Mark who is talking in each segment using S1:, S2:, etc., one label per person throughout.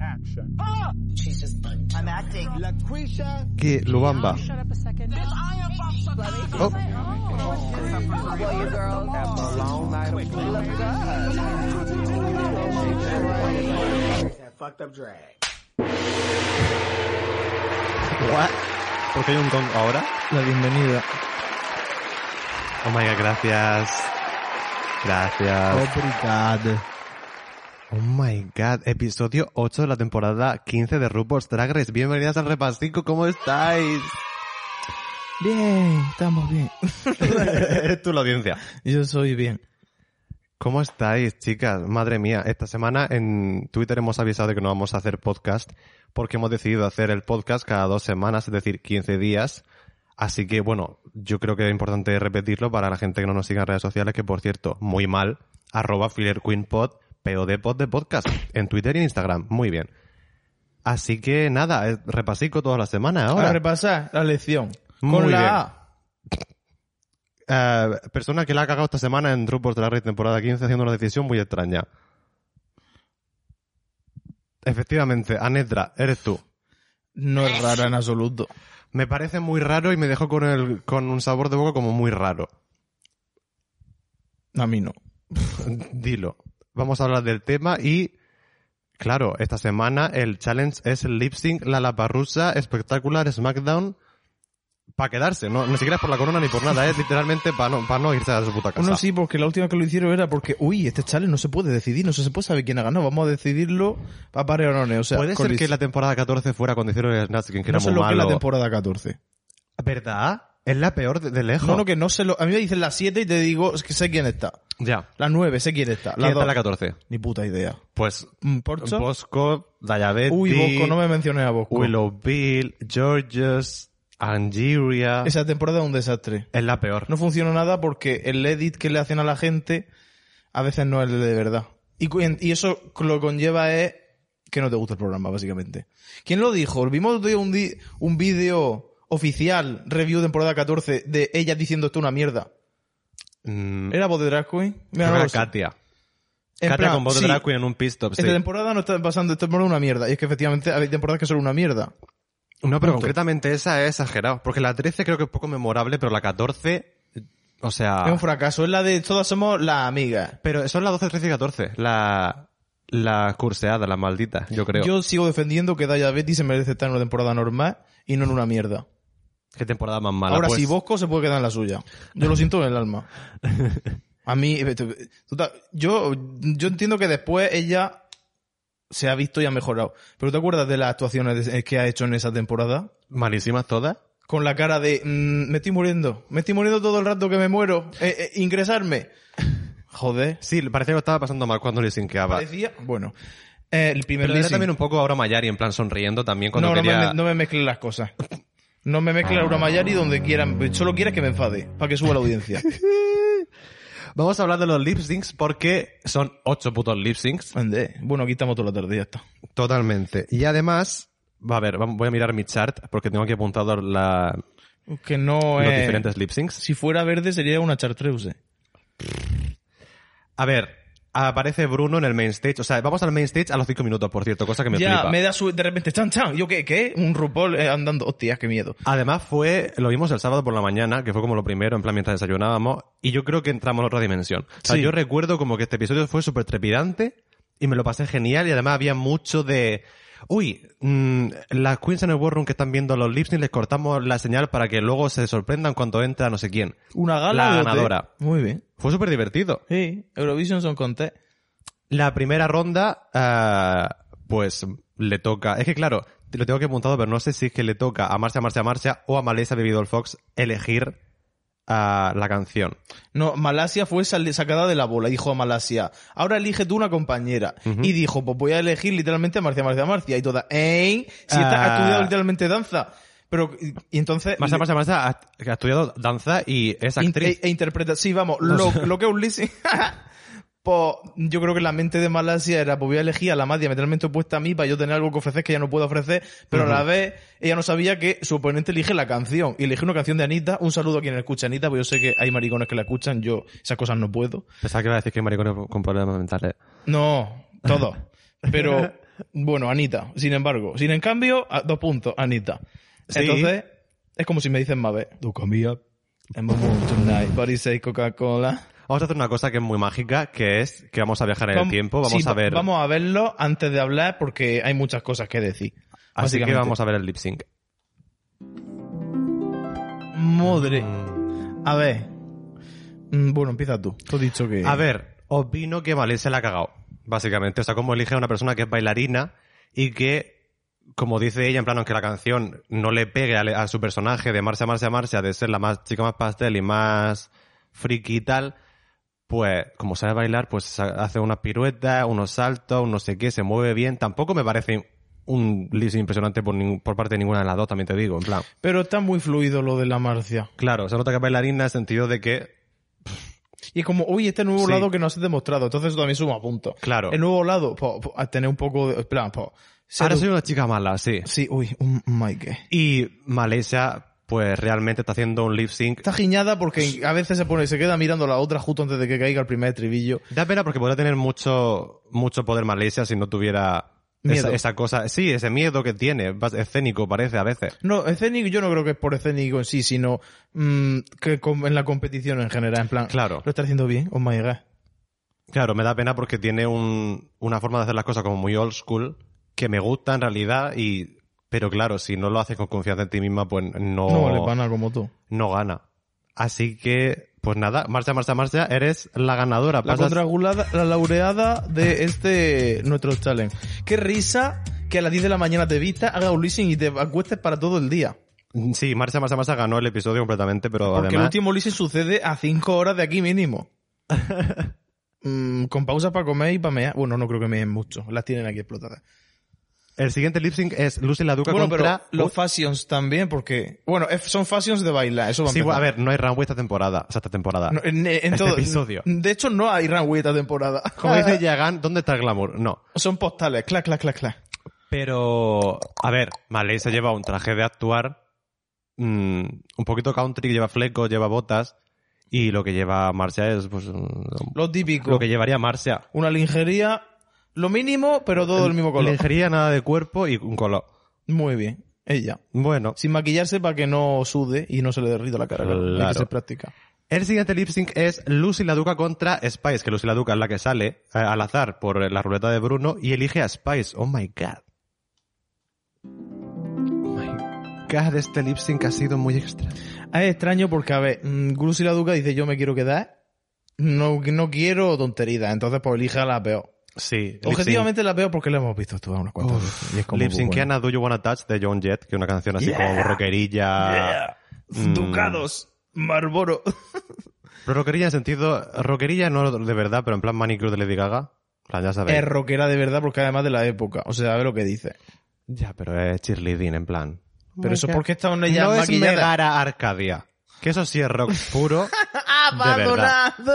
S1: Action.
S2: I'm acting.
S3: que lo bamba. Oh,
S2: fucked up drag.
S3: what?
S1: ¿Por qué hay un gong ahora?
S3: La bienvenida.
S1: Oh my god, gracias. Gracias.
S3: Obrigado.
S1: Oh my god, episodio 8 de la temporada 15 de RuPaul's Drag Race. Bienvenidas al repastico, ¿cómo estáis?
S3: Bien, estamos bien.
S1: Eres tú la audiencia.
S3: Yo soy bien.
S1: ¿Cómo estáis, chicas? Madre mía, esta semana en Twitter hemos avisado de que no vamos a hacer podcast porque hemos decidido hacer el podcast cada dos semanas, es decir, 15 días. Así que, bueno, yo creo que es importante repetirlo para la gente que no nos siga en redes sociales, que por cierto, muy mal, arroba filerqueenpod, podpod de podcast, en Twitter y en Instagram. Muy bien. Así que nada, eh, repasico todas las semanas
S3: Ahora
S1: ahora.
S3: repasar la lección. Con
S1: Muy
S3: la
S1: bien.
S3: A.
S1: Eh, persona que la ha cagado esta semana en RuPaul's Drag Race temporada 15 haciendo una decisión muy extraña. Efectivamente, Anetra, eres tú.
S3: No es rara en absoluto.
S1: Me parece muy raro y me dejó con, el, con un sabor de boca como muy raro.
S3: A mí no.
S1: Dilo. Vamos a hablar del tema y, claro, esta semana el challenge es el lip sync, la laparrusa, espectacular, SmackDown, para quedarse. No, ni siquiera es por la corona ni por nada, es literalmente para no, pa no irse a su puta casa.
S3: Uno sí, porque la última que lo hicieron era porque, uy, este challenge no se puede decidir, no se puede saber quién ha ganado, vamos a decidirlo a pareonones. O sea,
S1: Puede
S3: con
S1: ser que
S3: lis-
S1: la temporada 14 fuera cuando hicieron el Snatch Game, que
S3: no
S1: era
S3: sé
S1: muy
S3: lo que es la
S1: malo.
S3: temporada 14.
S1: ¿Verdad? Es la peor de, de lejos.
S3: No, no, que no sé lo... A mí me dicen la 7 y te digo es que sé quién está.
S1: Ya.
S3: La 9, sé quién está.
S1: La
S3: La 2,
S1: la 14?
S3: ni puta idea.
S1: Pues
S3: Mm, ¿Porcho?
S1: Bosco, Dayabetti,
S3: Uy, Bosco, no me mencioné a Bosco.
S1: Willow Bill, Georges, Angeria.
S3: Esa temporada es un desastre.
S1: Es la peor.
S3: No funciona nada porque el edit que le hacen a la gente a veces no es el de verdad. Y, cu- y eso lo conlleva es que no te gusta el programa, básicamente. ¿Quién lo dijo? Vimos de un, di- un vídeo oficial, review temporada 14, de ella diciendo esto es una mierda.
S1: Mm,
S3: ¿Era voz de Drag Queen? Mira, no
S1: creo que
S3: lo
S1: era
S3: sé.
S1: Katia.
S3: En
S1: Katia
S3: plan,
S1: con voz de
S3: sí,
S1: Drag Queen en un pit stop, sí.
S3: Esta temporada no está pasando, esta temporada es una mierda. Y es que efectivamente hay temporadas que son una mierda.
S1: No, pero
S3: Punto.
S1: concretamente esa es exagerado. Porque la 13 creo que es poco memorable, pero la 14, o sea...
S3: Es un fracaso. Es la de todas somos las amigas.
S1: Pero son las 12, 13 y 14. La, la curseada, la maldita, yo creo.
S3: Yo sigo defendiendo que Daya Betty se merece estar en una temporada normal y no en una mierda.
S1: Qué temporada más mala.
S3: Ahora,
S1: pues.
S3: si Bosco se puede quedar en la suya. Yo lo siento en el alma. A mí, tú te- yo, yo entiendo que después ella se ha visto y ha mejorado. Pero ¿te acuerdas de las actuaciones de- que ha hecho en esa temporada?
S1: Malísimas todas.
S3: Con la cara de, mm, me estoy muriendo, me estoy muriendo todo el rato que me muero, eh, eh, ingresarme. Joder.
S1: Sí, parecía que lo estaba pasando mal cuando le sinqueaba.
S3: Parecía, bueno. eh, el primer
S1: Pero era
S3: leasing.
S1: también un poco ahora Mayari, en plan sonriendo también cuando
S3: no, no
S1: quería...
S3: me, no me mezclen las cosas. No me mezclen Aura Mayari donde quieran. Solo quieres que me enfade, para que suba la audiencia.
S1: Vamos a hablar de los lip syncs porque son ocho putos lip syncs.
S3: Ande. Bueno, aquí estamos toda la tarde, ya está.
S1: Totalmente. Y además, va a ver, vam- voy a mirar mi chart porque tengo aquí apuntado la-
S3: Que no
S1: los
S3: es...
S1: diferentes lip syncs.
S3: Si fuera verde sería una chartreuse.
S1: A ver, aparece Bruno en el main stage. O sea, vamos al main stage a los cinco minutos, por cierto, cosa que me
S3: ya,
S1: flipa.
S3: me da su... De repente, chan, chan. Yo, ¿qué? ¿Qué? Un RuPaul eh, andando. Hostia, qué miedo.
S1: Además fue, lo vimos el sábado por la mañana, que fue como lo primero, en plan mientras desayunábamos, y yo creo que entramos en otra dimensión. O sea,
S3: Sí.
S1: yo recuerdo como que este episodio fue súper trepidante y me lo pasé genial y además había mucho de... Uy, mm, las queens en el Warroom que están viendo los lips les cortamos la señal para que luego se sorprendan cuando entra no sé quién.
S3: Una gala
S1: La
S3: de OT.
S1: ganadora.
S3: Muy bien.
S1: Fue súper divertido.
S3: Sí, Eurovision Son Contest.
S1: La primera ronda, ah, pues le toca. Es que claro, te lo tengo que apuntado, pero no sé si es que le toca a Marcia, Marcia, Marcia o a Malaysia Vivido el Fox elegir a la canción.
S3: No, Malasia fue sal- sacada de la bola, dijo a Malasia. Ahora elige tú una compañera. Y dijo, pues voy a elegir literalmente a Marcia, Marcia, Marcia. Y toda, ¿eh? Si esta ha
S1: Ah.
S3: estudiado literalmente danza. Pero, y, y entonces...
S1: Marcia, Marcia, Marcia ha, ha estudiado danza y es
S3: in-
S1: actriz.
S3: e, e interpreta, sí, vamos, lo, lo que es un leasing. pues yo creo que la mente de Malasia era, pues voy a elegir a la más diametralmente opuesta a mí para yo tener algo que ofrecer que ella no puedo ofrecer, pero a la vez ella no sabía que su oponente elige la canción. Y elige una canción de Anita, un saludo a quien escucha a Anita, porque yo sé que hay maricones que la escuchan, yo esas cosas no puedo.
S1: Pensaba que iba a decir que hay maricones con problemas mentales.
S3: No, todo. Pero, bueno, Anita, sin embargo. Sin en cambio, a- dos puntos, Anita.
S1: Sí.
S3: Entonces, es como si me dicen Mabe. Du comía. And moon tonight, but it say Coca-Cola.
S1: Vamos a hacer una cosa que es muy mágica, que es que vamos a viajar en
S3: Vam-
S1: el tiempo, vamos
S3: sí,
S1: a ver.
S3: Vamos a verlo antes de hablar porque hay muchas cosas que decir.
S1: así que
S3: básicamente.
S1: vamos a ver el lip sync.
S3: Madre. A ver. Mm, Bueno, empieza tú. Tú has dicho que.
S1: A ver, opino que Malé se la ha cagado, básicamente. O sea, como elige a una persona que es bailarina y que, como dice ella, en plan, aunque la canción no le pegue a, le- a su personaje de Marcia, Marcia, Marcia, de ser la más chica más pastel y más friki y tal, pues, como sabe bailar, pues hace unas piruetas, unos saltos, un no sé qué, se mueve bien. Tampoco me parece un lip sync impresionante por, nin- por parte de ninguna de las dos, también te digo, en plan.
S3: Pero está muy fluido lo de la Marcia.
S1: Claro, se nota que es bailarina en el sentido de que
S3: Y es como, oye, este nuevo
S1: Sí.
S3: lado que nos has demostrado. Entonces eso también suma puntos.
S1: Claro.
S3: El nuevo lado, po, po, a tener un poco de. en plan, po, ser
S1: ahora
S3: un-
S1: soy una chica mala, sí.
S3: Sí, uy, un eh. Mike.
S1: Y Malaysia, pues realmente está haciendo un lip sync.
S3: Está giñada porque a veces se pone, se queda mirando a la otra justo antes de que caiga el primer estribillo.
S1: Da pena porque podría tener mucho, mucho poder Malaysia si no tuviera
S3: Miedo.
S1: Esa, esa cosa. Sí, ese miedo que tiene, va- escénico parece a veces.
S3: No, escénico yo no creo que es por escénico en sí, sino mm, que com- en la competición en general, en plan,
S1: Claro.
S3: lo está haciendo bien, oh my god.
S1: Claro, me da pena porque tiene un- una forma de hacer las cosas como muy old school, que me gusta en realidad, y pero claro, si no lo haces con confianza en ti misma, pues no,
S3: No vale pana como tú.
S1: no gana. Así que, pues nada, marcha, marcha, marcha, eres la ganadora.
S3: La
S1: Pasas-
S3: contragulada, la laureada de este nuestro challenge. Qué risa que a las 10 de la mañana te vistas, hagas un leasing y te acuestes para todo el día.
S1: Mm, Sí, marcha, marcha, marcha ganó el episodio completamente, pero
S3: Porque el
S1: además...
S3: último leasing sucede a 5 horas de aquí mínimo. Mm, con pausas para comer y para mear. Bueno, no creo que meen mucho. Las tienen aquí explotadas.
S1: El siguiente lip sync es Lucy la Duca
S3: Bueno, pero
S1: contra.
S3: los fashions también, porque... Bueno, es- son fashions de bailar, eso va
S1: Sí,
S3: empezar.
S1: a ver, no hay runway esta temporada. O sea, esta temporada.
S3: No, en, en
S1: Este
S3: todo-
S1: episodio.
S3: De hecho, no hay runway esta temporada.
S1: Como dice Yagan, ¿dónde está el glamour? No.
S3: Son postales, clac, clac, clac, clac.
S1: Pero. A ver, Malay se lleva un traje de actuar. mm, un poquito country, lleva flecos, lleva botas. Y lo que lleva Marcia es, pues. mm,
S3: Lo típico.
S1: Lo que llevaría Marcia.
S3: Una lingería, lo mínimo, pero todo del mismo color.
S1: Lingería, nada de cuerpo y un color.
S3: Muy bien, ella.
S1: Bueno.
S3: Sin maquillarse para que no sude y no se le derrita la cara. claro. Hay
S1: Claro.
S3: que ser práctica.
S1: El siguiente lip sync es Lucy la Duca contra Spice, que Lucy la Duca es la que sale eh, al azar por eh, la ruleta de Bruno y elige a Spice. Oh my god. Oh my god, este lip sync ha sido muy extra.
S3: Ah, Es extraño porque, a ver, mm, Gurus y la Duca dice yo me quiero quedar, no, no quiero tonterías, entonces pues elige a la peor.
S1: Sí,
S3: Objetivamente la peor porque la hemos visto tú unas cuantas veces. Y es como,
S1: Lip
S3: pues,
S1: sync
S3: bueno.
S1: Ana Do You Wanna Touch de John Jett, que es una canción así
S3: Yeah.
S1: como rockerilla. Mm.
S3: Ducados, Marlboro.
S1: Pero rockerilla en sentido. Rockerilla no de verdad, pero en plan manicure de Lady Gaga. En plan, ya sabéis.
S3: Es rockera de verdad porque además de la época. O sea, a ver lo que dice.
S1: ya, pero es cheerleading, en plan. Oh
S3: Pero eso es porque está una ya
S1: no es
S3: maquillada.
S1: Megara Arcadia. Que eso sí es rock puro. de verdad.
S3: ¡Abandonado!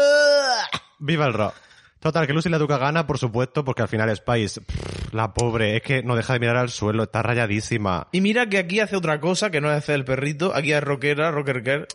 S1: Viva el rock. Total, que Lucy la Duca gana, por supuesto, porque al final Spice, pff, la pobre, es que no deja de mirar al suelo, está rayadísima.
S3: Y mira que aquí hace otra cosa que no es hacer el perrito. Aquí es rockera, rocker girl.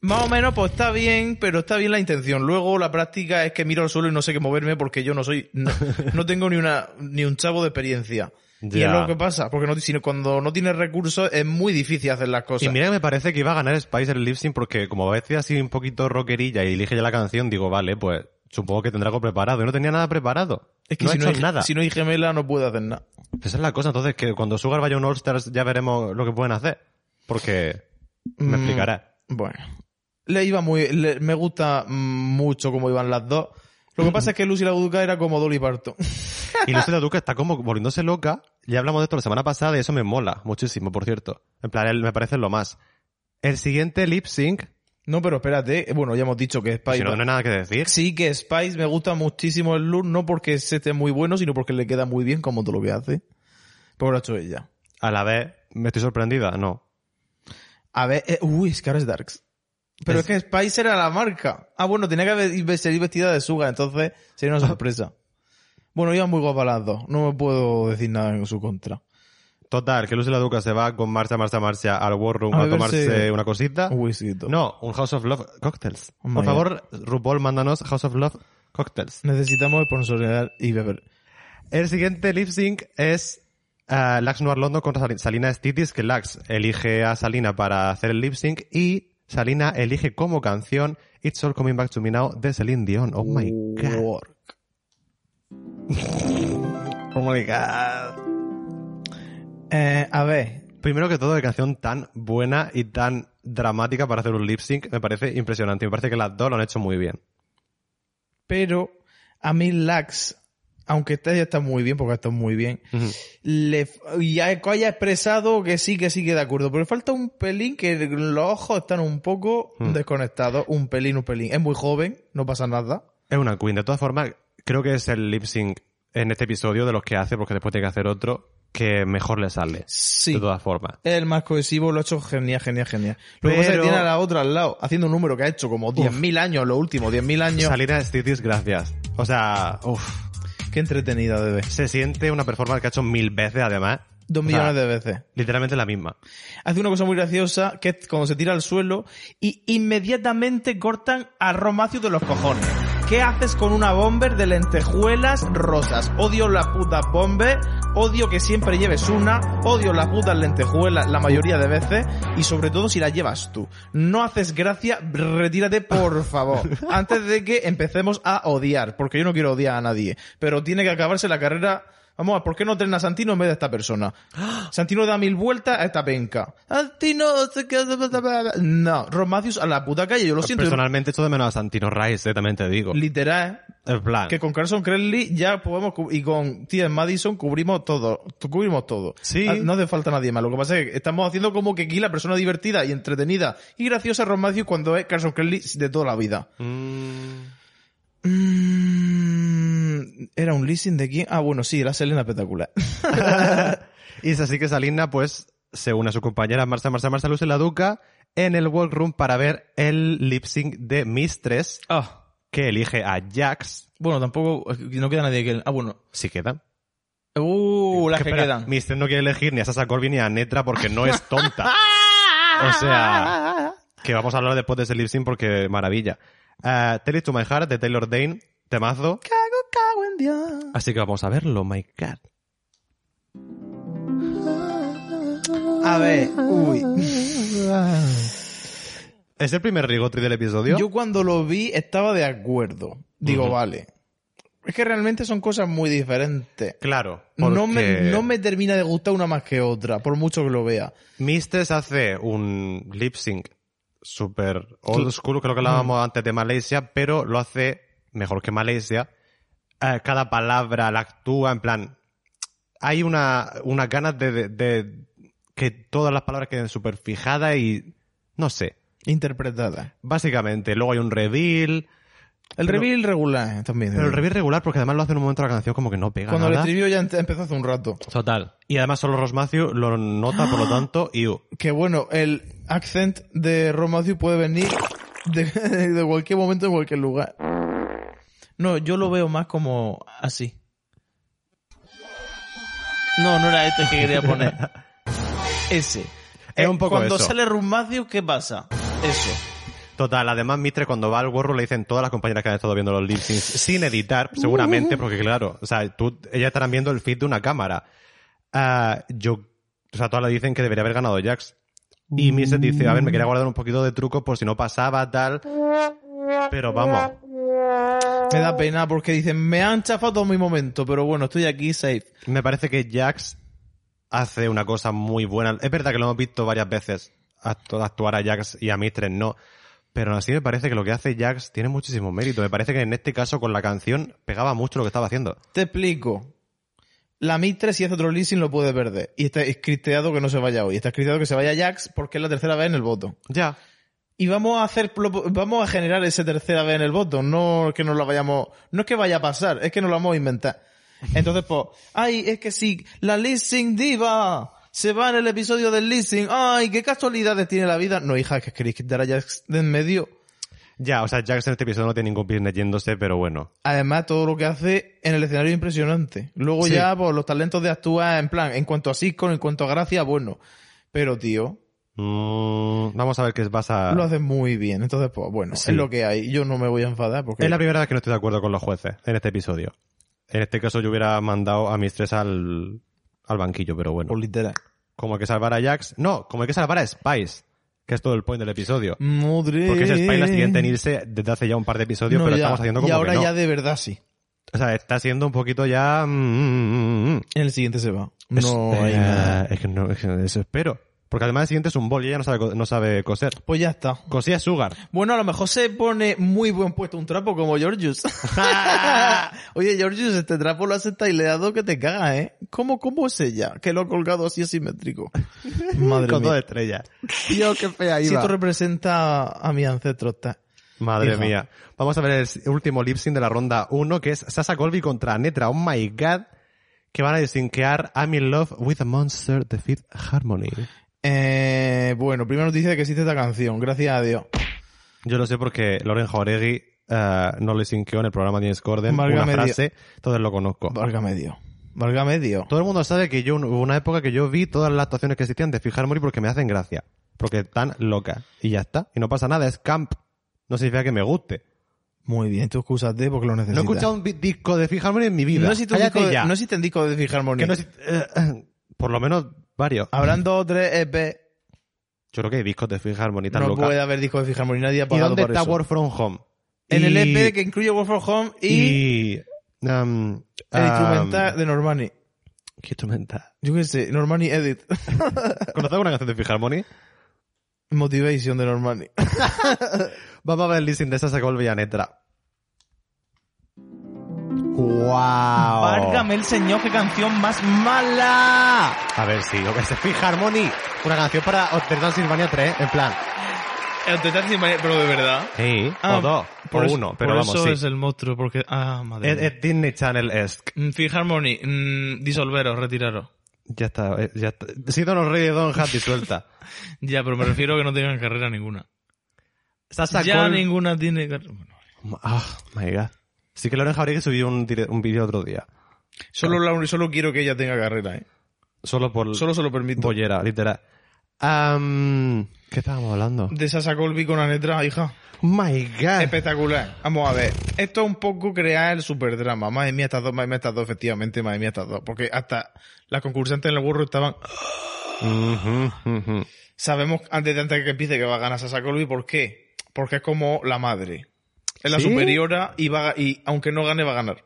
S3: Más o menos, pues está bien, pero está bien la intención. Luego la práctica es que miro al suelo y no sé qué moverme porque yo no soy, no, no tengo ni una, ni un chavo de experiencia. Y
S1: Ya.
S3: es lo que pasa, porque no, si no- cuando no tienes recursos es muy difícil hacer las cosas.
S1: y mira que me parece que iba a ganar Spice en el lip sync porque como decía así un poquito rockerilla y elige ya la canción, digo, vale, pues supongo que tendrá algo preparado. Y no tenía nada preparado.
S3: es que
S1: no
S3: si,
S1: ha
S3: no
S1: hecho
S3: hay,
S1: nada.
S3: si no hay gemela no puedo hacer nada.
S1: Esa es la cosa, entonces, que cuando Sugar vaya a un All Stars ya veremos lo que pueden hacer. Porque me
S3: Mm.
S1: explicará.
S3: Bueno. Le iba muy, le- me gusta mm, mucho cómo iban las dos. Lo que pasa es que Lucy la Duca era como Dolly Parton.
S1: Y Lucy la Duca está como volviéndose loca. Ya hablamos de esto la semana pasada y eso me mola muchísimo, por cierto. En plan, él me parece lo más. El siguiente lip sync
S3: No, pero espérate, eh, bueno, ya hemos dicho que Spice...
S1: Si no, no hay nada que decir.
S3: Sí, que Spice me gusta muchísimo el look, no porque se esté muy bueno, sino porque le queda muy bien como todo lo que hace. Pero lo ha hecho ella.
S1: A la vez, ¿me estoy sorprendida? No.
S3: A ver, eh, uy, es que ahora es Darks. Pero es,
S1: Es-
S3: que Spice era la marca. Ah, bueno, tenía que haber- salir vestida de Suga, entonces sería
S1: Ah.
S3: una sorpresa. bueno, iban muy guapas las dos. No me puedo decir nada en su contra.
S1: Total, que Lucy la Duca se va con marcha, marcha, marcha al War Room
S3: A
S1: a,
S3: beberse-
S1: tomarse una cosita.
S3: Un whisky.
S1: No, un House of Love Cocktails.
S3: Oh my
S1: Por
S3: God.
S1: favor, RuPaul, mándanos House of Love Cocktails.
S3: Necesitamos sponsorear y beber.
S1: El siguiente lip sync es eh, Lax Noir London contra Sal- Salina Stitis, que Lax elige a Salina para hacer el lip sync y Salina elige como canción It's All Coming Back to Me Now de Celine Dion. Oh my god.
S3: Work.
S1: Oh my god.
S3: Eh, a ver,
S1: Primero que todo, qué canción tan buena y tan dramática para hacer un lip sync me parece impresionante. Me parece que las dos lo han hecho muy bien.
S3: pero a mí Lax, aunque esta ya está muy bien, porque está muy bien,
S1: Ujú.
S3: le, y ha- haya expresado que sí, que sí, que de acuerdo, pero falta un pelín que los ojos están un poco
S1: Mm.
S3: desconectados, un pelín, un pelín. Es muy joven, no pasa nada.
S1: Es una queen. De todas formas, creo que es el lip sync en este episodio de los que hace, porque después tiene que hacer otro, que mejor le sale.
S3: Sí.
S1: De todas formas.
S3: Es el más cohesivo, lo ha hecho genial, genial, genial. Lo que pasa es que
S1: Pero-
S3: tiene a la otra al lado, haciendo un número que ha hecho como 10.000 años, los últimos 10.000 años.
S1: Salina Stitis, gracias. O sea, uff.
S3: Qué entretenida debe.
S1: Se siente una performance que ha hecho mil veces, además.
S3: Dos
S1: O
S3: millones
S1: sea,
S3: de veces.
S1: Literalmente la misma.
S3: hace una cosa muy graciosa, que es cuando se tira al suelo y inmediatamente cortan a Romacio de los cojones. ¿Qué haces con una bomber de lentejuelas rosas? Odio la puta bomber, odio que siempre lleves una, odio las putas lentejuelas la mayoría de veces y sobre todo si la llevas tú. No haces gracia, retírate por favor, antes de que empecemos a odiar, porque yo no quiero odiar a nadie, pero tiene que acabarse la carrera Vamos, a ver, ¿por qué no tren a Santino en vez de esta persona? Santino da mil vueltas a esta penca. Santino... se queda- bla, bla, bla, bla. No, Romacius a la puta calle, yo lo siento.
S1: Personalmente echo de menos a Santino Rice, eh, también te digo.
S3: Literal, ¿eh?
S1: En plan.
S3: que con Carson Cranley ya podemos... cu- Y con Tien Madison cubrimos todo. tu- Cubrimos todo.
S1: Sí.
S3: Ah, No hace falta nadie más. Lo que pasa es que estamos haciendo como que aquí la persona divertida y entretenida y graciosa es Romacius cuando es Carson Cranley de toda la vida.
S1: Mm,
S3: Mm, Era un leasing de quién... Ah, bueno, sí, la Selena espectacular.
S1: Y es así que Salina, pues, se une a su compañera Marcia, Marcia, Marcia Luz en la Duca en el Workroom para ver el lip sync de Mistress,
S3: Ah.
S1: que elige a Jax.
S3: Bueno, tampoco. No queda nadie que. Ah, bueno.
S1: Si quedan.
S3: Uh, las
S1: Que
S3: que,
S1: espera,
S3: quedan.
S1: Mistress no quiere elegir ni a Sasa Corbin ni a Netra porque no es tonta.
S3: Ah,
S1: o sea, que vamos a hablar después de ese lip sync porque maravilla. Eh, Tell It to My Heart de Taylor Dane, temazo.
S3: Cago, cago en Dios.
S1: Así que vamos a verlo, my god.
S3: A ver, uy.
S1: ¿Es el primer rigotri del episodio?
S3: Yo cuando lo vi estaba de acuerdo. Digo,
S1: Ujú.
S3: vale. Es que realmente son cosas muy diferentes.
S1: Claro.
S3: No, me,
S1: porque
S3: no me termina de gustar una más que otra, por mucho que lo vea.
S1: Mistress hace un lip sync super old school, creo que lo hablábamos antes de Malaysia, pero lo hace mejor que Malaysia. Eh, cada palabra la actúa, en plan. Hay una, unas ganas de, de- de que todas las palabras queden súper fijadas y. No sé.
S3: Interpretada.
S1: Básicamente, luego hay un reveal.
S3: El
S1: Pero-
S3: reveal regular también. eh.
S1: Pero el reveal regular, porque además lo hace en un momento la canción como que no pega
S3: Mm. Cuando lo
S1: nada.
S3: escribió ya empe- empezó hace un rato.
S1: Total. Y además solo Rosmacio lo nota, por lo tanto, y uh,
S3: Que bueno, el accent de Romacio puede venir de, de cualquier momento, en cualquier lugar. No, yo lo veo más como así. No, no era este que quería poner. Ese. Eh,
S1: Es un poco
S3: Cuando
S1: eso.
S3: sale Romacio, ¿qué pasa? Eso.
S1: Total, además Mitre cuando va al gorro le dicen todas las compañeras que han estado viendo los lip syncs sin editar, seguramente, porque claro, o sea, tú, ellas estarán viendo el feed de una cámara. Ah, yo, o sea, todas le dicen que debería haber ganado Jax. Y Mitre dice, a ver, me quería guardar un poquito de truco por si no pasaba, tal. Pero vamos,
S3: Me da pena porque dicen, me han chafado todo mi momento, pero bueno, estoy aquí safe.
S1: me parece que Jax hace una cosa muy buena. Es verdad que lo hemos visto varias veces actu- actuar a Jax y a Mitre no. Pero aún así me parece que lo que hace Jax tiene muchísimo mérito. Me parece que en este caso con la canción pegaba mucho lo que estaba haciendo.
S3: Te explico. La Mitre, si hace otro leasing, lo puede perder. Y está escriteado que no se vaya hoy. Está escriteado que se vaya Jax porque es la tercera vez en el voto.
S1: Ya.
S3: y vamos a hacer lo- vamos a generar ese tercera vez en el botón no que nos lo vayamos no es que vaya a pasar es que nos lo vamos a inventar entonces pues ay es que sí la leasing diva se va en el episodio del leasing ay qué casualidades tiene la vida no hija es que queréis quitar a Jax de en medio
S1: Ya, o sea, Jax en este episodio no tiene ningún business yéndose, pero bueno.
S3: Además, todo lo que hace en el escenario es impresionante. Luego
S1: Sí.
S3: ya, pues, los talentos de actuar, en plan, en cuanto a Cisco, en cuanto a gracia, bueno. Pero, tío,
S1: Mm, vamos a ver qué vas a...
S3: lo hace muy bien. Entonces, pues, bueno,
S1: Sí.
S3: es lo que hay. Yo no me voy a enfadar porque...
S1: Es la primera vez que no estoy de acuerdo con los jueces en este episodio. En este caso yo hubiera mandado a mis tres al, al banquillo, pero bueno.
S3: O literal.
S1: Como hay que salvar a Jax. No, como hay que salvar a Spice, que es todo el point del episodio.
S3: Madre.
S1: Porque es Spice la siguiente en irse desde hace ya un par de episodios,
S3: No,
S1: pero
S3: ya.
S1: estamos haciendo como
S3: Y ahora
S1: que no.
S3: ya de verdad sí.
S1: O sea, está siendo un poquito ya... mm, mm, mm, mm.
S3: En el siguiente se va.
S1: Es-
S3: No hay
S1: eh,
S3: nada.
S1: Es que no, es que eso espero. Porque además el siguiente es un bol y ella no sabe, co- no sabe coser.
S3: Pues ya está.
S1: Cosía Sugar.
S3: Bueno, a lo mejor se pone muy buen puesto un trapo como Georgius. Oye, Georgius, este trapo lo has taileado que te caga, ¿eh? ¿Cómo, cómo es ella? Que lo ha colgado así asimétrico. Madre
S1: con dos
S3: mía.
S1: estrellas.
S3: Tío, qué fea Si
S1: iba.
S3: esto representa a mi ancestro, está.
S1: Madre
S3: Hija.
S1: mía. Vamos a ver el s- último lip sync de la ronda 1, que es Sasha Colby contra Netra. Oh my god. Que van a desinquear I'm in love with a monster, the fifth harmony.
S3: Eh, bueno, primera noticia de que existe esta canción, gracias a Dios.
S1: Yo lo sé porque Loren Jauregui eh, no le sinqueó en el programa de James Corden
S3: Válgame
S1: una
S3: Dios.
S1: frase, entonces lo conozco.
S3: Válgame Dios. Válgame Dios.
S1: Todo el mundo sabe que yo hubo una época que yo vi todas las actuaciones que existían de Fifth Harmony porque me hacen gracia. Porque están locas. Y ya está. Y no pasa nada, es camp. No significa que me guste.
S3: Muy bien, tú excusate porque lo
S1: No he
S3: necesitas.
S1: escuchado un bi- disco de Fifth Harmony en mi vida.
S3: No existe un
S1: Cállate
S3: disco de-
S1: ya.
S3: no existe un disco de Fifth Harmony.
S1: Que no existe- eh, eh, por lo menos varios.
S3: Habrán dos o tres EP.
S1: Yo creo que hay discos de Fifth Harmony tan
S3: No
S1: locas.
S3: puede haber disco de Fifth Harmony, nadie ha
S1: ¿Y
S3: pagado
S1: dónde
S3: por
S1: está
S3: eso.
S1: Work From Home?
S3: En el
S1: Y-
S3: EP que incluye Work from Home y,
S1: Y... um,
S3: el
S1: um,
S3: instrumental de Normani.
S1: ¿Qué instrumental?
S3: Yo qué sé, Normani Edit.
S1: ¿Conoces alguna canción de Fifth Harmony?
S3: Motivation de Normani.
S1: Vamos a ver el listing de esa sacó el Netra. ¡Wow! Oh.
S3: Válgame el señor, qué canción más mala.
S1: A ver, sí, lo que se fija Harmony. Una canción para Hotel Transilvania 3, en plan.
S3: El Tetar sin María- pero de verdad.
S1: Sí,
S3: Ah,
S1: o dos,
S3: por
S1: o
S3: eso-
S1: uno, pero
S3: por
S1: vamos,
S3: eso
S1: sí.
S3: es el monstruo, porque... Ah, madre
S1: Es,
S3: mía.
S1: es Disney Channel esque.
S3: Mm, Fifth Harmony, mm, disolveros, retiraros.
S1: Ya está, eh, ya está. Sí, Don Rey de Don Hat disuelta.
S4: Ya, pero me refiero a que no tengan carrera ninguna.
S1: Sasha
S4: ya
S1: Cole-
S4: ninguna tiene carrera. Bueno,
S1: Ah, my god. Sí que Loren Jauregui subió un, dire- un vídeo otro día.
S3: Solo, la- solo quiero que ella tenga carrera, eh.
S1: Solo por
S3: Solo se lo permito.
S1: pollera, literal. Am, ¿Qué estábamos hablando?
S3: De Sasa Colby con Anetra, hija.
S1: My god.
S3: Em, Espectacular. Vamos a ver. Esto es un poco crear el superdrama. Madre mía, estas dos, madre mía, estas dos, efectivamente, madre mía, estas dos. Porque hasta las concursantes en el burro estaban...
S1: Ujú, ujú.
S3: Sabemos antes de antes que empiece que va a ganar Sasa Colby. ¿Por qué? Porque es como la madre. Es la
S1: ¿Sí?
S3: superiora y, va, a- y aunque no gane, va a ganar.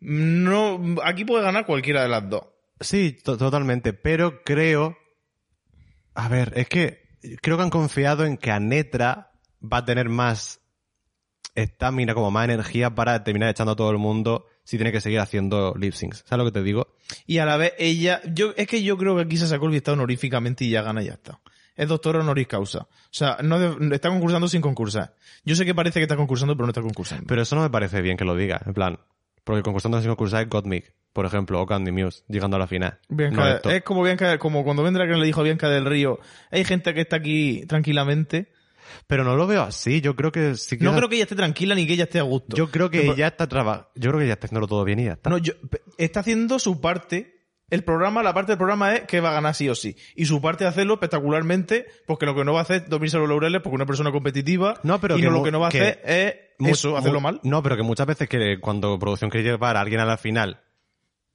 S3: No, aquí puede ganar cualquiera de las dos.
S1: Sí, to- totalmente. Pero creo. A ver, es que creo que han confiado en que Anetra va a tener más estamina, como más energía para terminar echando a todo el mundo si tiene que seguir haciendo lip syncs. ¿Sabes lo que te digo?
S3: Y a la vez ella, yo, es que yo creo que aquí Sasa Colby está honoríficamente y ya gana y ya está. Es doctora honoris causa. O sea, no de- está concursando sin concursar. Yo sé que parece que está concursando, pero no está concursando.
S1: Pero eso no me parece bien que lo diga, en plan. Porque concursando sin concursar es Gottmik, por ejemplo, o Candy Muse, llegando a la final.
S3: Bianca-
S1: No esto.
S3: es como Bianca, como cuando Vendra que le dijo a Bianca del Río, hay gente que está aquí tranquilamente.
S1: Pero no lo veo así, yo creo que sí que.
S3: No creo que ella esté tranquila ni que ella esté a gusto.
S1: Yo creo que
S3: Pero-
S1: ya está traba... Yo creo que ya está haciéndolo todo bien y ya está.
S3: No, yo- pe- está haciendo su parte. El programa, la parte del programa es que va a ganar sí o sí. Y su parte de hacerlo espectacularmente, porque lo que no va a hacer es dormirse los laureles porque una persona competitiva.
S1: No, pero
S3: y
S1: que
S3: no, lo
S1: mu-
S3: que no va a
S1: que
S3: hacer es
S1: Mu-
S3: eso,
S1: mu-
S3: hacerlo mal.
S1: No, pero que muchas veces que cuando producción quiere llevar a alguien a la final,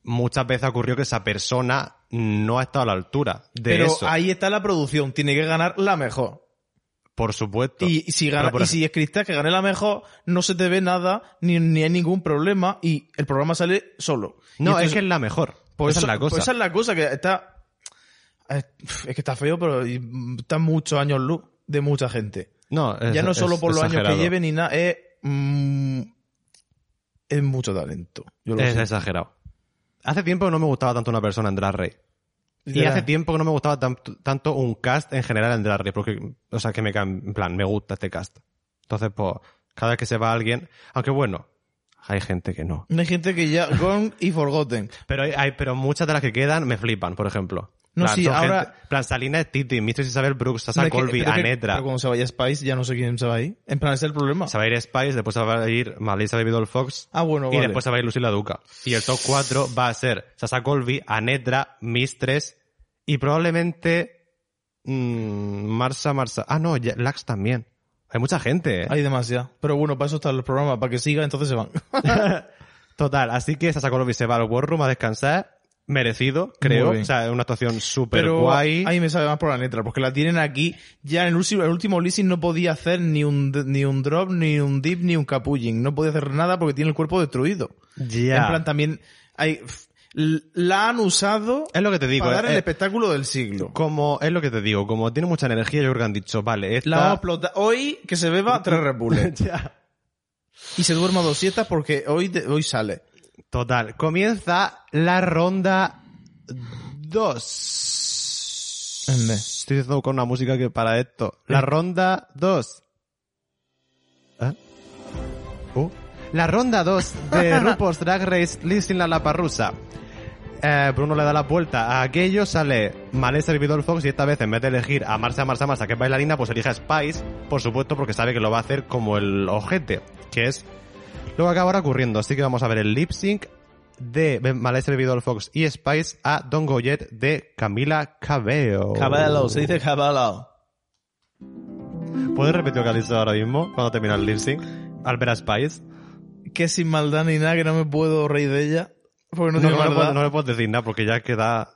S1: muchas veces ha ocurrido que esa persona no ha estado a la altura de
S3: pero
S1: eso.
S3: ahí está la producción, tiene que ganar la mejor.
S1: Por supuesto.
S3: Y, y si
S1: Pero
S3: gana,
S1: por
S3: y si es cristal que gane la mejor, no se te ve nada, ni, ni hay ningún problema, y el programa sale solo. Y
S1: no,
S3: esto
S1: es que es la mejor.
S3: por
S1: esa
S3: eso-
S1: es la cosa.
S3: por esa es la cosa que está. Es es que está feo, pero y- mm, está muchos años luz de mucha gente.
S1: No, es-
S3: ya no
S1: es
S3: solo por los años
S1: exagerado.
S3: que lleve ni nada, es. mm, es mucho talento. Yo lo
S1: Es
S3: sé.
S1: exagerado. Hace tiempo no me gustaba tanto una persona en Drag Race. Y hace tiempo que no me gustaba tan- tanto un cast en general en Drag Race, porque, o sea, que me, can- en plan, me gusta este cast. Entonces, pues, cada vez que se va alguien, aunque bueno, hay gente que no.
S3: Hay gente que ya gone y forgotten.
S1: Pero hay, hay- pero muchas de las que quedan me flipan, por ejemplo.
S3: No, sí,
S1: son
S3: ahora-
S1: gente- plan, Salina es Titi, Mistress Isabel Brooks, Sasa
S3: Pero que-
S1: Colby,
S3: pero que-
S1: Anetra.
S3: Pero cuando se vaya Spice ya no sé quién se va ahí. En plan, ese es el problema.
S1: Se va a ir Spice, después se va a ir Malisa Bidol Fox.
S3: Ah, bueno,
S1: y
S3: vale.
S1: después se va a ir Lucila Duca. Y el top 4 va a ser Sasa Colby, Anetra, Mistress y probablemente mm, Marsa Marsa. Ah, no, ya- Lax también. Hay mucha gente. ¿eh?
S3: Hay demasiado. Pero bueno, para eso están los programas, para que siga, entonces se van.
S1: Total, así que Sasa Colby se va al War Room a descansar. Merecido, creo.
S3: Muy bien.
S1: O sea, es una actuación súper
S3: Pero
S1: guay.
S3: ahí me sabe más por la letra, porque la tienen aquí. Ya en el último, el último leasing no podía hacer ni un, ni un drop, ni un dip, ni un capullín. No podía hacer nada porque tiene el cuerpo destruido.
S1: Ya.
S3: En plan, también hay, f- l- la han usado
S1: Es lo que te digo.
S3: para dar
S1: eh,
S3: el
S1: eh,
S3: espectáculo del siglo.
S1: como, es lo que te digo. Como tiene mucha energía, yo creo que han dicho, vale, esta...
S3: La vamos a explotar. Hoy que se beba tres Red Bulls.
S1: Ya.
S3: y se duerma dos siestas porque hoy, de- hoy sale.
S1: Total. Comienza la ronda 2.
S3: Ende.
S1: Estoy haciendo con una música que para esto. La ronda 2. ¿Eh? Uh. La ronda 2 de RuPaul's Drag Race Listen la Laparrusa. Eh, Bruno le da la vuelta a aquello, sale Malesa y Vidal Fox y esta vez en vez de elegir a Marcia Marcia Marcia que es bailarina, pues elige a Spice, por supuesto porque sabe que lo va a hacer como el ojete, que es lo que acabará ocurriendo. Así que vamos a ver el lip sync de Malesa y Vidal Fox y Spice a Don Goyet de Camila Cabello.
S3: caballo.
S1: ¿Puedes repetir lo que has dicho ahora mismo cuando termina el lip sync? Al ver a Spice.
S3: Que sin maldad ni nada, que no me puedo reír de ella. Porque no,
S1: No,
S3: tiene
S1: no,
S3: maldad.
S1: no, no le puedes decir nada porque ya queda...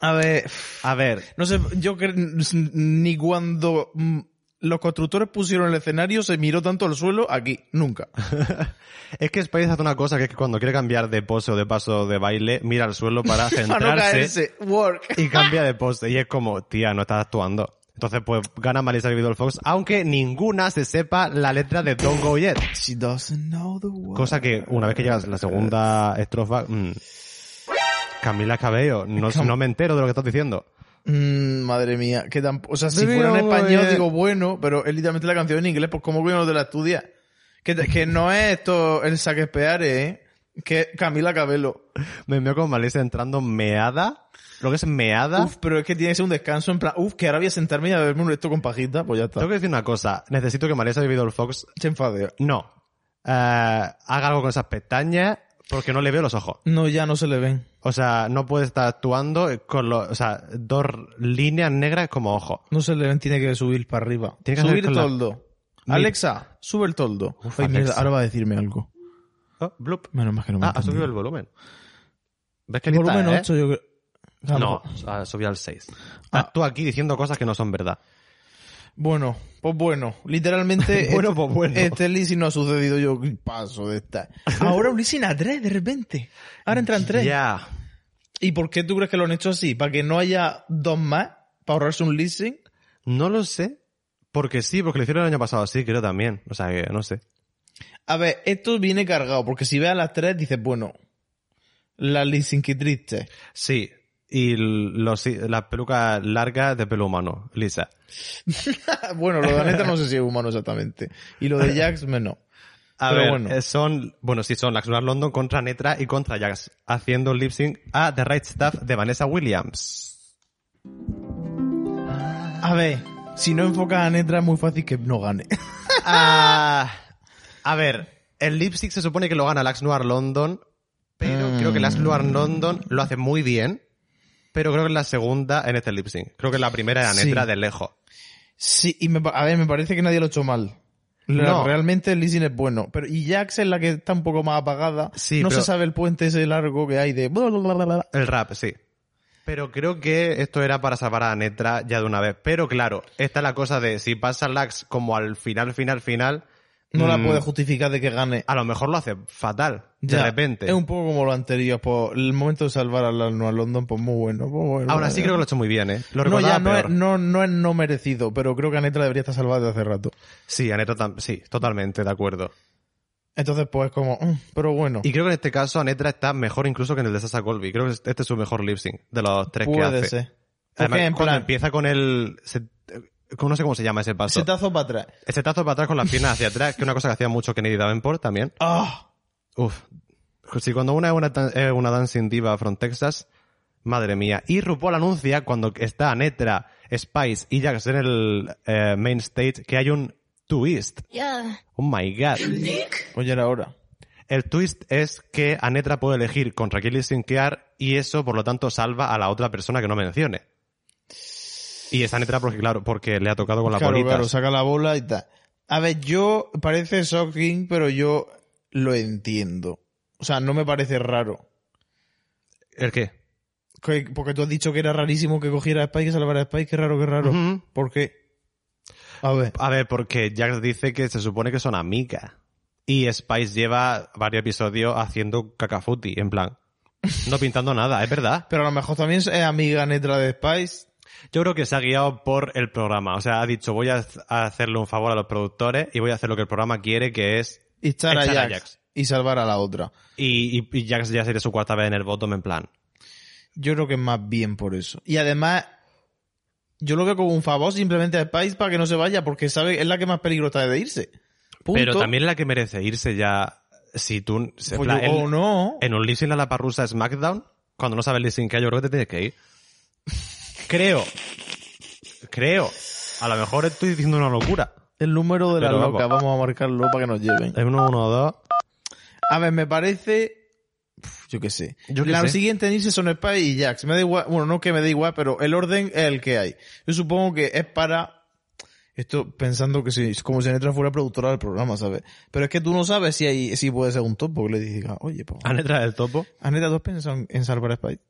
S3: A ver,
S1: A ver,
S3: no sé, yo cre- ni cuando mm, los constructores pusieron el escenario se miró tanto al suelo aquí, nunca.
S1: Es que Spice hace una cosa que es que cuando quiere cambiar de pose o de paso de baile, mira al suelo para
S3: Para no
S1: centrarse
S3: caerse, work.
S1: y cambia de pose. Y es como, tía, no estás actuando. Entonces, pues gana Marisa Vidal Fox, aunque ninguna se sepa la letra de Don't Go Yet.
S3: She doesn't know the word.
S1: Cosa que una vez que llegas a la segunda estrofa, mm, Camila Cabello, no,
S3: Cam-
S1: no me entero de lo que estás diciendo.
S3: Mm, madre mía, que tampoco. O sea, si
S1: Baby,
S3: fuera en
S1: oh,
S3: español
S1: yeah.
S3: digo bueno, pero es literalmente la canción en inglés, pues ¿cómo que no te la estudias? Que, te- que no es esto el saquespeare, ¿eh? Que es Camila Cabello.
S1: Me veo con Marisa entrando meada. Lo que es meada.
S3: Uf, pero es que tiene que ser un descanso en plan, uf, que ahora voy a sentarme y a beberme un resto con pajita, pues ya está.
S1: Tengo que decir una cosa. Necesito que Marisa Vidal Fox,
S3: Se enfadea.
S1: no, eh, haga algo con esas pestañas porque no le veo los ojos.
S3: No, ya no se le ven.
S1: O sea, no puede estar actuando con los, o sea, dos líneas negras como ojo.
S3: No se le ven, tiene que subir para arriba.
S1: Tiene que
S3: subir
S1: hacer con la-
S3: toldo.
S1: Mira.
S3: Alexa, sube el toldo.
S1: Uf,
S3: Ay, mierda,
S1: Alexa.
S3: ahora va a decirme algo.
S1: Oh, bloop.
S3: Menos más que no me
S1: Ah,
S3: he
S1: ha
S3: entendido.
S1: subido el volumen. ¿Ves que
S3: El
S1: lista,
S3: volumen
S1: eh?
S3: 8, yo creo.
S1: No, ha subido al 6.
S3: Ah.
S1: Actúa aquí diciendo cosas que no son verdad.
S3: Bueno, pues bueno, literalmente.
S1: Bueno,
S3: este-
S1: pues bueno.
S3: Este leasing no ha sucedido yo paso de esta. Ahora un leasing a tres de repente. Ahora entran
S1: Ya.
S3: tres. ¿Y por qué tú crees que lo han hecho así? ¿Para que no haya dos más? ¿Para ahorrarse un leasing?
S1: No lo sé. Porque sí, porque lo hicieron el año pasado sí, creo también. O sea, que no sé.
S3: A ver, esto viene cargado, porque si ves a las tres dices, bueno, la leasing que triste.
S1: Sí. Y l- los, las pelucas largas de pelo humano, Lisa.
S3: bueno, lo de Aneta no sé si es humano exactamente. Y lo de Jax, menos.
S1: A
S3: Pero
S1: ver,
S3: bueno.
S1: eh, son, bueno, sí, son Laxunar London contra Netra y contra Jax, haciendo lip sync a The Right Stuff de Vanessa Williams.
S3: A ver, si no enfocas a Netra es muy fácil que no gane.
S1: Ah, a ver, el lip sync se supone que lo gana Lax Noir London, pero creo que Lax
S3: Mm.
S1: Noir London lo hace muy bien, pero creo que es la segunda en este lip sync. Creo que la primera era
S3: Sí.
S1: Netra de lejos.
S3: Sí, y me, pa- a ver, me parece que nadie lo ha hecho mal. La-
S1: No.
S3: Realmente el leasing es bueno. Pero, y Jax es la que está un poco más apagada.
S1: Sí,
S3: no
S1: pero-
S3: se sabe el puente ese largo que hay de... bla, bla, bla, bla, bla.
S1: El rap, sí. Pero creo que esto era para salvar a Netra ya de una vez. Pero claro, esta es la cosa de si pasa Lax como al final, final, final,
S3: No la
S1: Mm.
S3: puede justificar de que gane.
S1: a lo mejor lo hace fatal, de
S3: Ya,
S1: repente.
S3: Es un poco como lo anterior. Pues, el momento de salvar a la Nueva London, pues muy bueno. pues, bueno,
S1: Aún así
S3: vale.
S1: creo que lo ha hecho muy bien, ¿eh? Lo
S3: no,
S1: recordaba
S3: ya, no,
S1: peor.
S3: es, no, no es no merecido, pero creo que Anetra debería estar salvada desde hace rato.
S1: Sí, a Netra tam- sí, totalmente, de acuerdo.
S3: Entonces, pues como, "Mm, pero bueno.
S1: Y creo que en este caso Anetra está mejor incluso que en el de Sasha Colby. Creo que este es su mejor lip sync de los tres que
S3: puede
S1: hace.
S3: ser.
S1: Además,
S3: Porque en
S1: cuando
S3: plan,
S1: empieza con el... se- eh, no sé cómo se llama ese paso.
S3: setazo para atrás.
S1: El setazo para atrás con las piernas hacia atrás, que es una cosa que hacía mucho Kennedy Davenport también.
S3: ¡Ah!
S1: Uf. Si cuando una es una, tan- es una dancing diva from Texas, madre mía. Y RuPaul anuncia cuando está Netra, Spice y Jax en el eh, main stage que hay un twist. Oh my god.
S3: Oye, Pues era hora.
S1: El twist es que Anetra puede elegir contra quién sinquear y eso, por lo tanto, salva a la otra persona que no mencione. Y es Anetra porque, claro, porque le ha tocado con la
S3: claro,
S1: bolita.
S3: claro, saca la bola y tal. A ver, yo parece shocking, pero yo lo entiendo. O sea, no me parece raro.
S1: ¿El qué?
S3: Que- Porque tú has dicho que era rarísimo que cogiera a Spike y salvara a Spike. Qué raro, qué raro.
S1: Ujú.
S3: ¿Por qué? A ver.
S1: A ver, porque Jax dice que se supone que son amigas. Y Spice lleva varios episodios haciendo cacafuti, en plan. No pintando nada, es verdad.
S3: Pero a lo mejor también es amiga netra de Spice.
S1: Yo creo que se ha guiado por el programa. O sea, ha dicho, voy a haz- a hacerle un favor a los productores y voy a hacer lo que el programa quiere, que es...
S3: Y estar a
S1: Echar a
S3: Jax
S1: Jax.
S3: Y salvar a la otra.
S1: Y, y- y Jax ya sería su cuarta vez en el bottom, en plan.
S3: Yo creo que es más bien por eso. Y además, yo lo veo como un favor simplemente a Spice para que no se vaya, porque sabe es la que más peligro está de irse. Punto.
S1: Pero también la que merece irse ya... Si tú... se- en
S3: Pues
S1: plan,
S3: yo-
S1: en-
S3: o no.
S1: en un leasing a la parrusa SmackDown, cuando no sabes leasing que hay, yo creo que te tienes que ir. Creo. Creo. A lo mejor estoy diciendo una locura.
S3: El número de la
S1: Pero
S3: loca, vamos. a marcarlo para que nos lleven.
S1: Es uno, uno, dos.
S3: A ver, me parece. Uf, Yo qué sé.
S1: Yo qué
S3: la
S1: sé.
S3: siguiente en irse son Spice y Jax. Me da igual, bueno, no que me da igual, pero el orden es el que hay. Yo supongo que es para. Esto pensando que si, como si Netra fuera productora del programa, ¿sabes? Pero es que tú no sabes si hay, si puede ser un top, porque le digas, oye, pues.
S1: Anetra del topo.
S3: Aneta, ¿tú has pensado en- en salvar a Spike?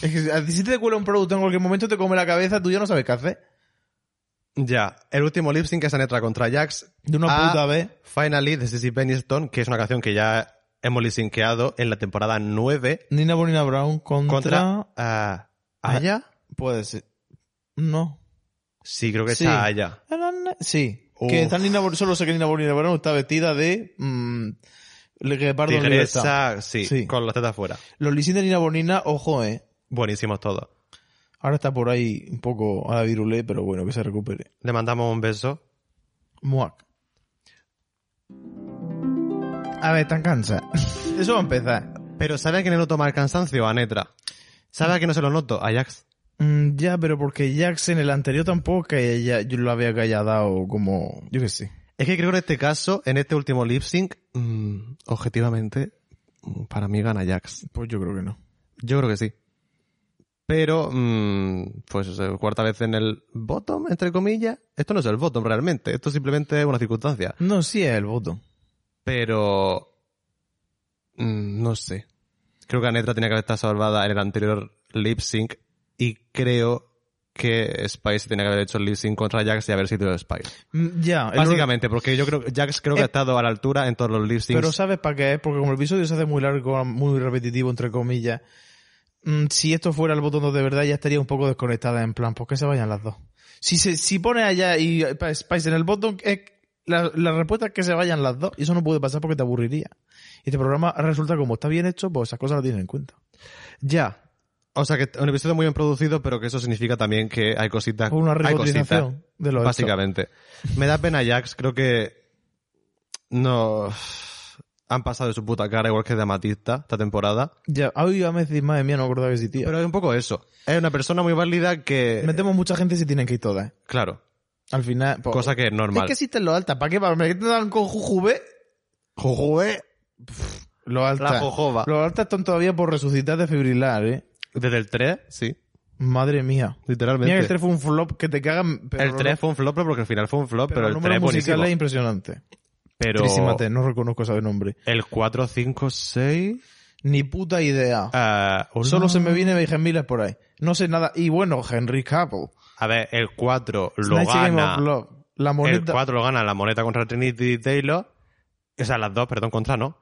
S3: Es que si- a ti si te cuela un producto en cualquier momento, te come la cabeza, tú ya no sabes qué hacer.
S1: Ya. El último lip sync es Anetra contra Jax.
S3: De una
S1: Ah.
S3: puta vez.
S1: Finally, de Sissy Stone, que es una canción que ya hemos lip synqueado en la temporada 9
S3: Nina Bonina Brown contra...
S1: contra. ah, ¿Aya?
S3: Puede ser. No.
S1: Sí, creo que
S3: Sí.
S1: está Aya.
S3: Sí.
S1: Uf.
S3: Que está Nina, Bon- solo sé que Nina Bonina Brown está vestida de... mm, le que pardo en libertad.
S1: Tigresa, sí,
S3: Sí.
S1: con las tetas fuera.
S3: Los lisín de Nina Bonina, ojo, eh.
S1: Buenísimos todos.
S3: Ahora está por ahí un poco a la virulé, pero bueno, que se recupere.
S1: Le mandamos un beso.
S3: Muac. A ver, tan cansa. Eso va a empezar.
S1: Pero ¿sabe a quién le noto más el cansancio? A Netra. ¿Sabe a quién no se lo noto? A Jax.
S3: Mm, ya, pero porque Jax en el anterior tampoco que ya, yo lo había callado como... Yo qué sé.
S1: Es que creo que en este caso, en este último lip sync, mm, objetivamente, mm, para mí gana Jax.
S3: Pues yo creo que no.
S1: Yo creo que sí. Pero, mm, pues, eh, cuarta vez en el bottom, entre comillas. Esto no es el bottom realmente, esto simplemente es una circunstancia.
S3: No, sí es el voto.
S1: Pero, mm, no sé. Creo que Anetra tenía que haber estado salvada en el anterior lip sync y creo que Spice tenía que haber hecho el lip sync contra Jax y haber sido Spice.
S3: Mm, ya. el
S1: Básicamente, porque yo creo que Jax creo que ha estado a la altura en todos los lip
S3: orden- Pero
S1: syncs.
S3: ¿sabes para qué es? Porque como el episodio se hace muy largo, muy repetitivo, entre comillas, mm, si esto fuera el botón 2 de verdad, ya estaría un poco desconectada en plan, ¿por qué se vayan las dos? Si, se, si pone allá y pa- Spice en el botón, es, la, la respuesta es que se vayan las dos. Y eso no puede pasar porque te aburriría. Y este programa resulta como está bien hecho, pues esas cosas las tienen en cuenta.
S1: ya. O sea que es un episodio muy bien producido, pero que eso significa también que hay cositas.
S3: Una
S1: Ah, hay cositas,
S3: reutilización de los hechos.
S1: básicamente. Me da pena Jax, creo que no han pasado de su puta cara igual que de Amatista esta temporada.
S3: Ya, hoy iba a decir, madre mía, no acordaba que existía.
S1: Pero eh, es un poco eso. Es una persona muy válida que.
S3: Metemos mucha gente si tienen que ir todas. ¿eh?
S1: Claro.
S3: Al final, po-
S1: Cosa que es
S3: es
S1: normal.
S3: que existen los altas. ¿Para qué? ¿Para que te dan con jujube?
S1: Jujube,
S3: Los
S1: La
S3: altas.
S1: jojoba.
S3: Los altas están todavía por resucitar de fibrilar, ¿eh?
S1: Desde el 3, sí.
S3: Madre mía.
S1: Literalmente.
S3: Mira que el 3 fue un flop que te cagan. Pero
S1: El
S3: los-
S1: 3 fue un flop, pero porque al final fue un flop, pero,
S3: pero los
S1: el
S3: números
S1: 3 es buenísimo.
S3: musicales es impresionante.
S1: Pero
S3: Trisímate, no reconozco ese nombre.
S1: el 4, 5, 6...
S3: Ni puta idea.
S1: Ah, pues
S3: Solo se me viene Benjamin Miller por ahí. No sé nada. Y bueno, Henry Cavill.
S1: A ver, el 4 lo
S3: Snatch Game of
S1: gana...
S3: Love. La
S1: El
S3: moneta.
S1: 4 lo gana la moneta contra Trinity Taylor. O sea, las dos, perdón, contra no.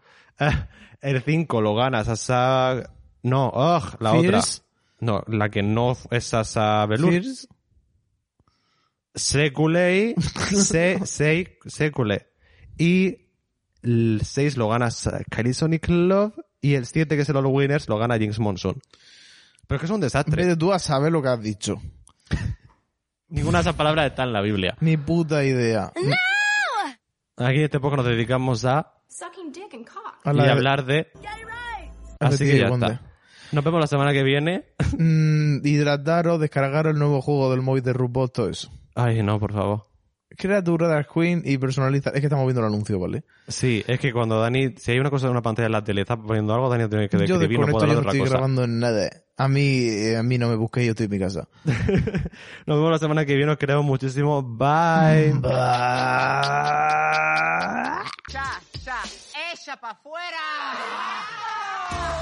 S1: el 5 lo gana Sasa... No, ugh, la otra.
S3: Fierce.
S1: No, la que no es Sasa Belur.
S3: Fierce.
S1: Seculei, se, sei- secule. Y El 6 lo gana Sa- Kylie Sonic Love y el 7, que es el All Winners, lo gana Jinx Monsoon. Pero es que es un desastre.
S3: Vete tú a saber lo que has dicho.
S1: Ninguna de esas palabras está en la Biblia.
S3: Ni puta idea.
S1: Aquí en este podcast nos dedicamos a,
S5: sucking dick and cock.
S3: A
S1: y
S3: la-
S1: hablar de... Así
S3: Efectivamente.
S1: que ya está. Nos vemos la semana que viene.
S3: Mm, hidrataros, descargaros el nuevo juego del móvil de RuPaul, todo eso.
S1: Ay, no, por favor.
S3: Crea tu Drag Queen y personaliza. Es que estamos viendo el anuncio, ¿vale?
S1: Sí, es que cuando Dani, si hay una cosa en una pantalla en la tele, está poniendo algo, Dani tiene que
S3: yo
S1: describir, no puede
S3: desconecto, yo
S1: hablar
S3: no estoy grabando
S1: de otra cosa.
S3: en nada. A mí, eh, a mí no me busquéis, yo estoy en mi casa.
S1: Nos vemos la semana que viene, os queremos muchísimo. Bye.
S2: Cha, cha, ella pa' afuera.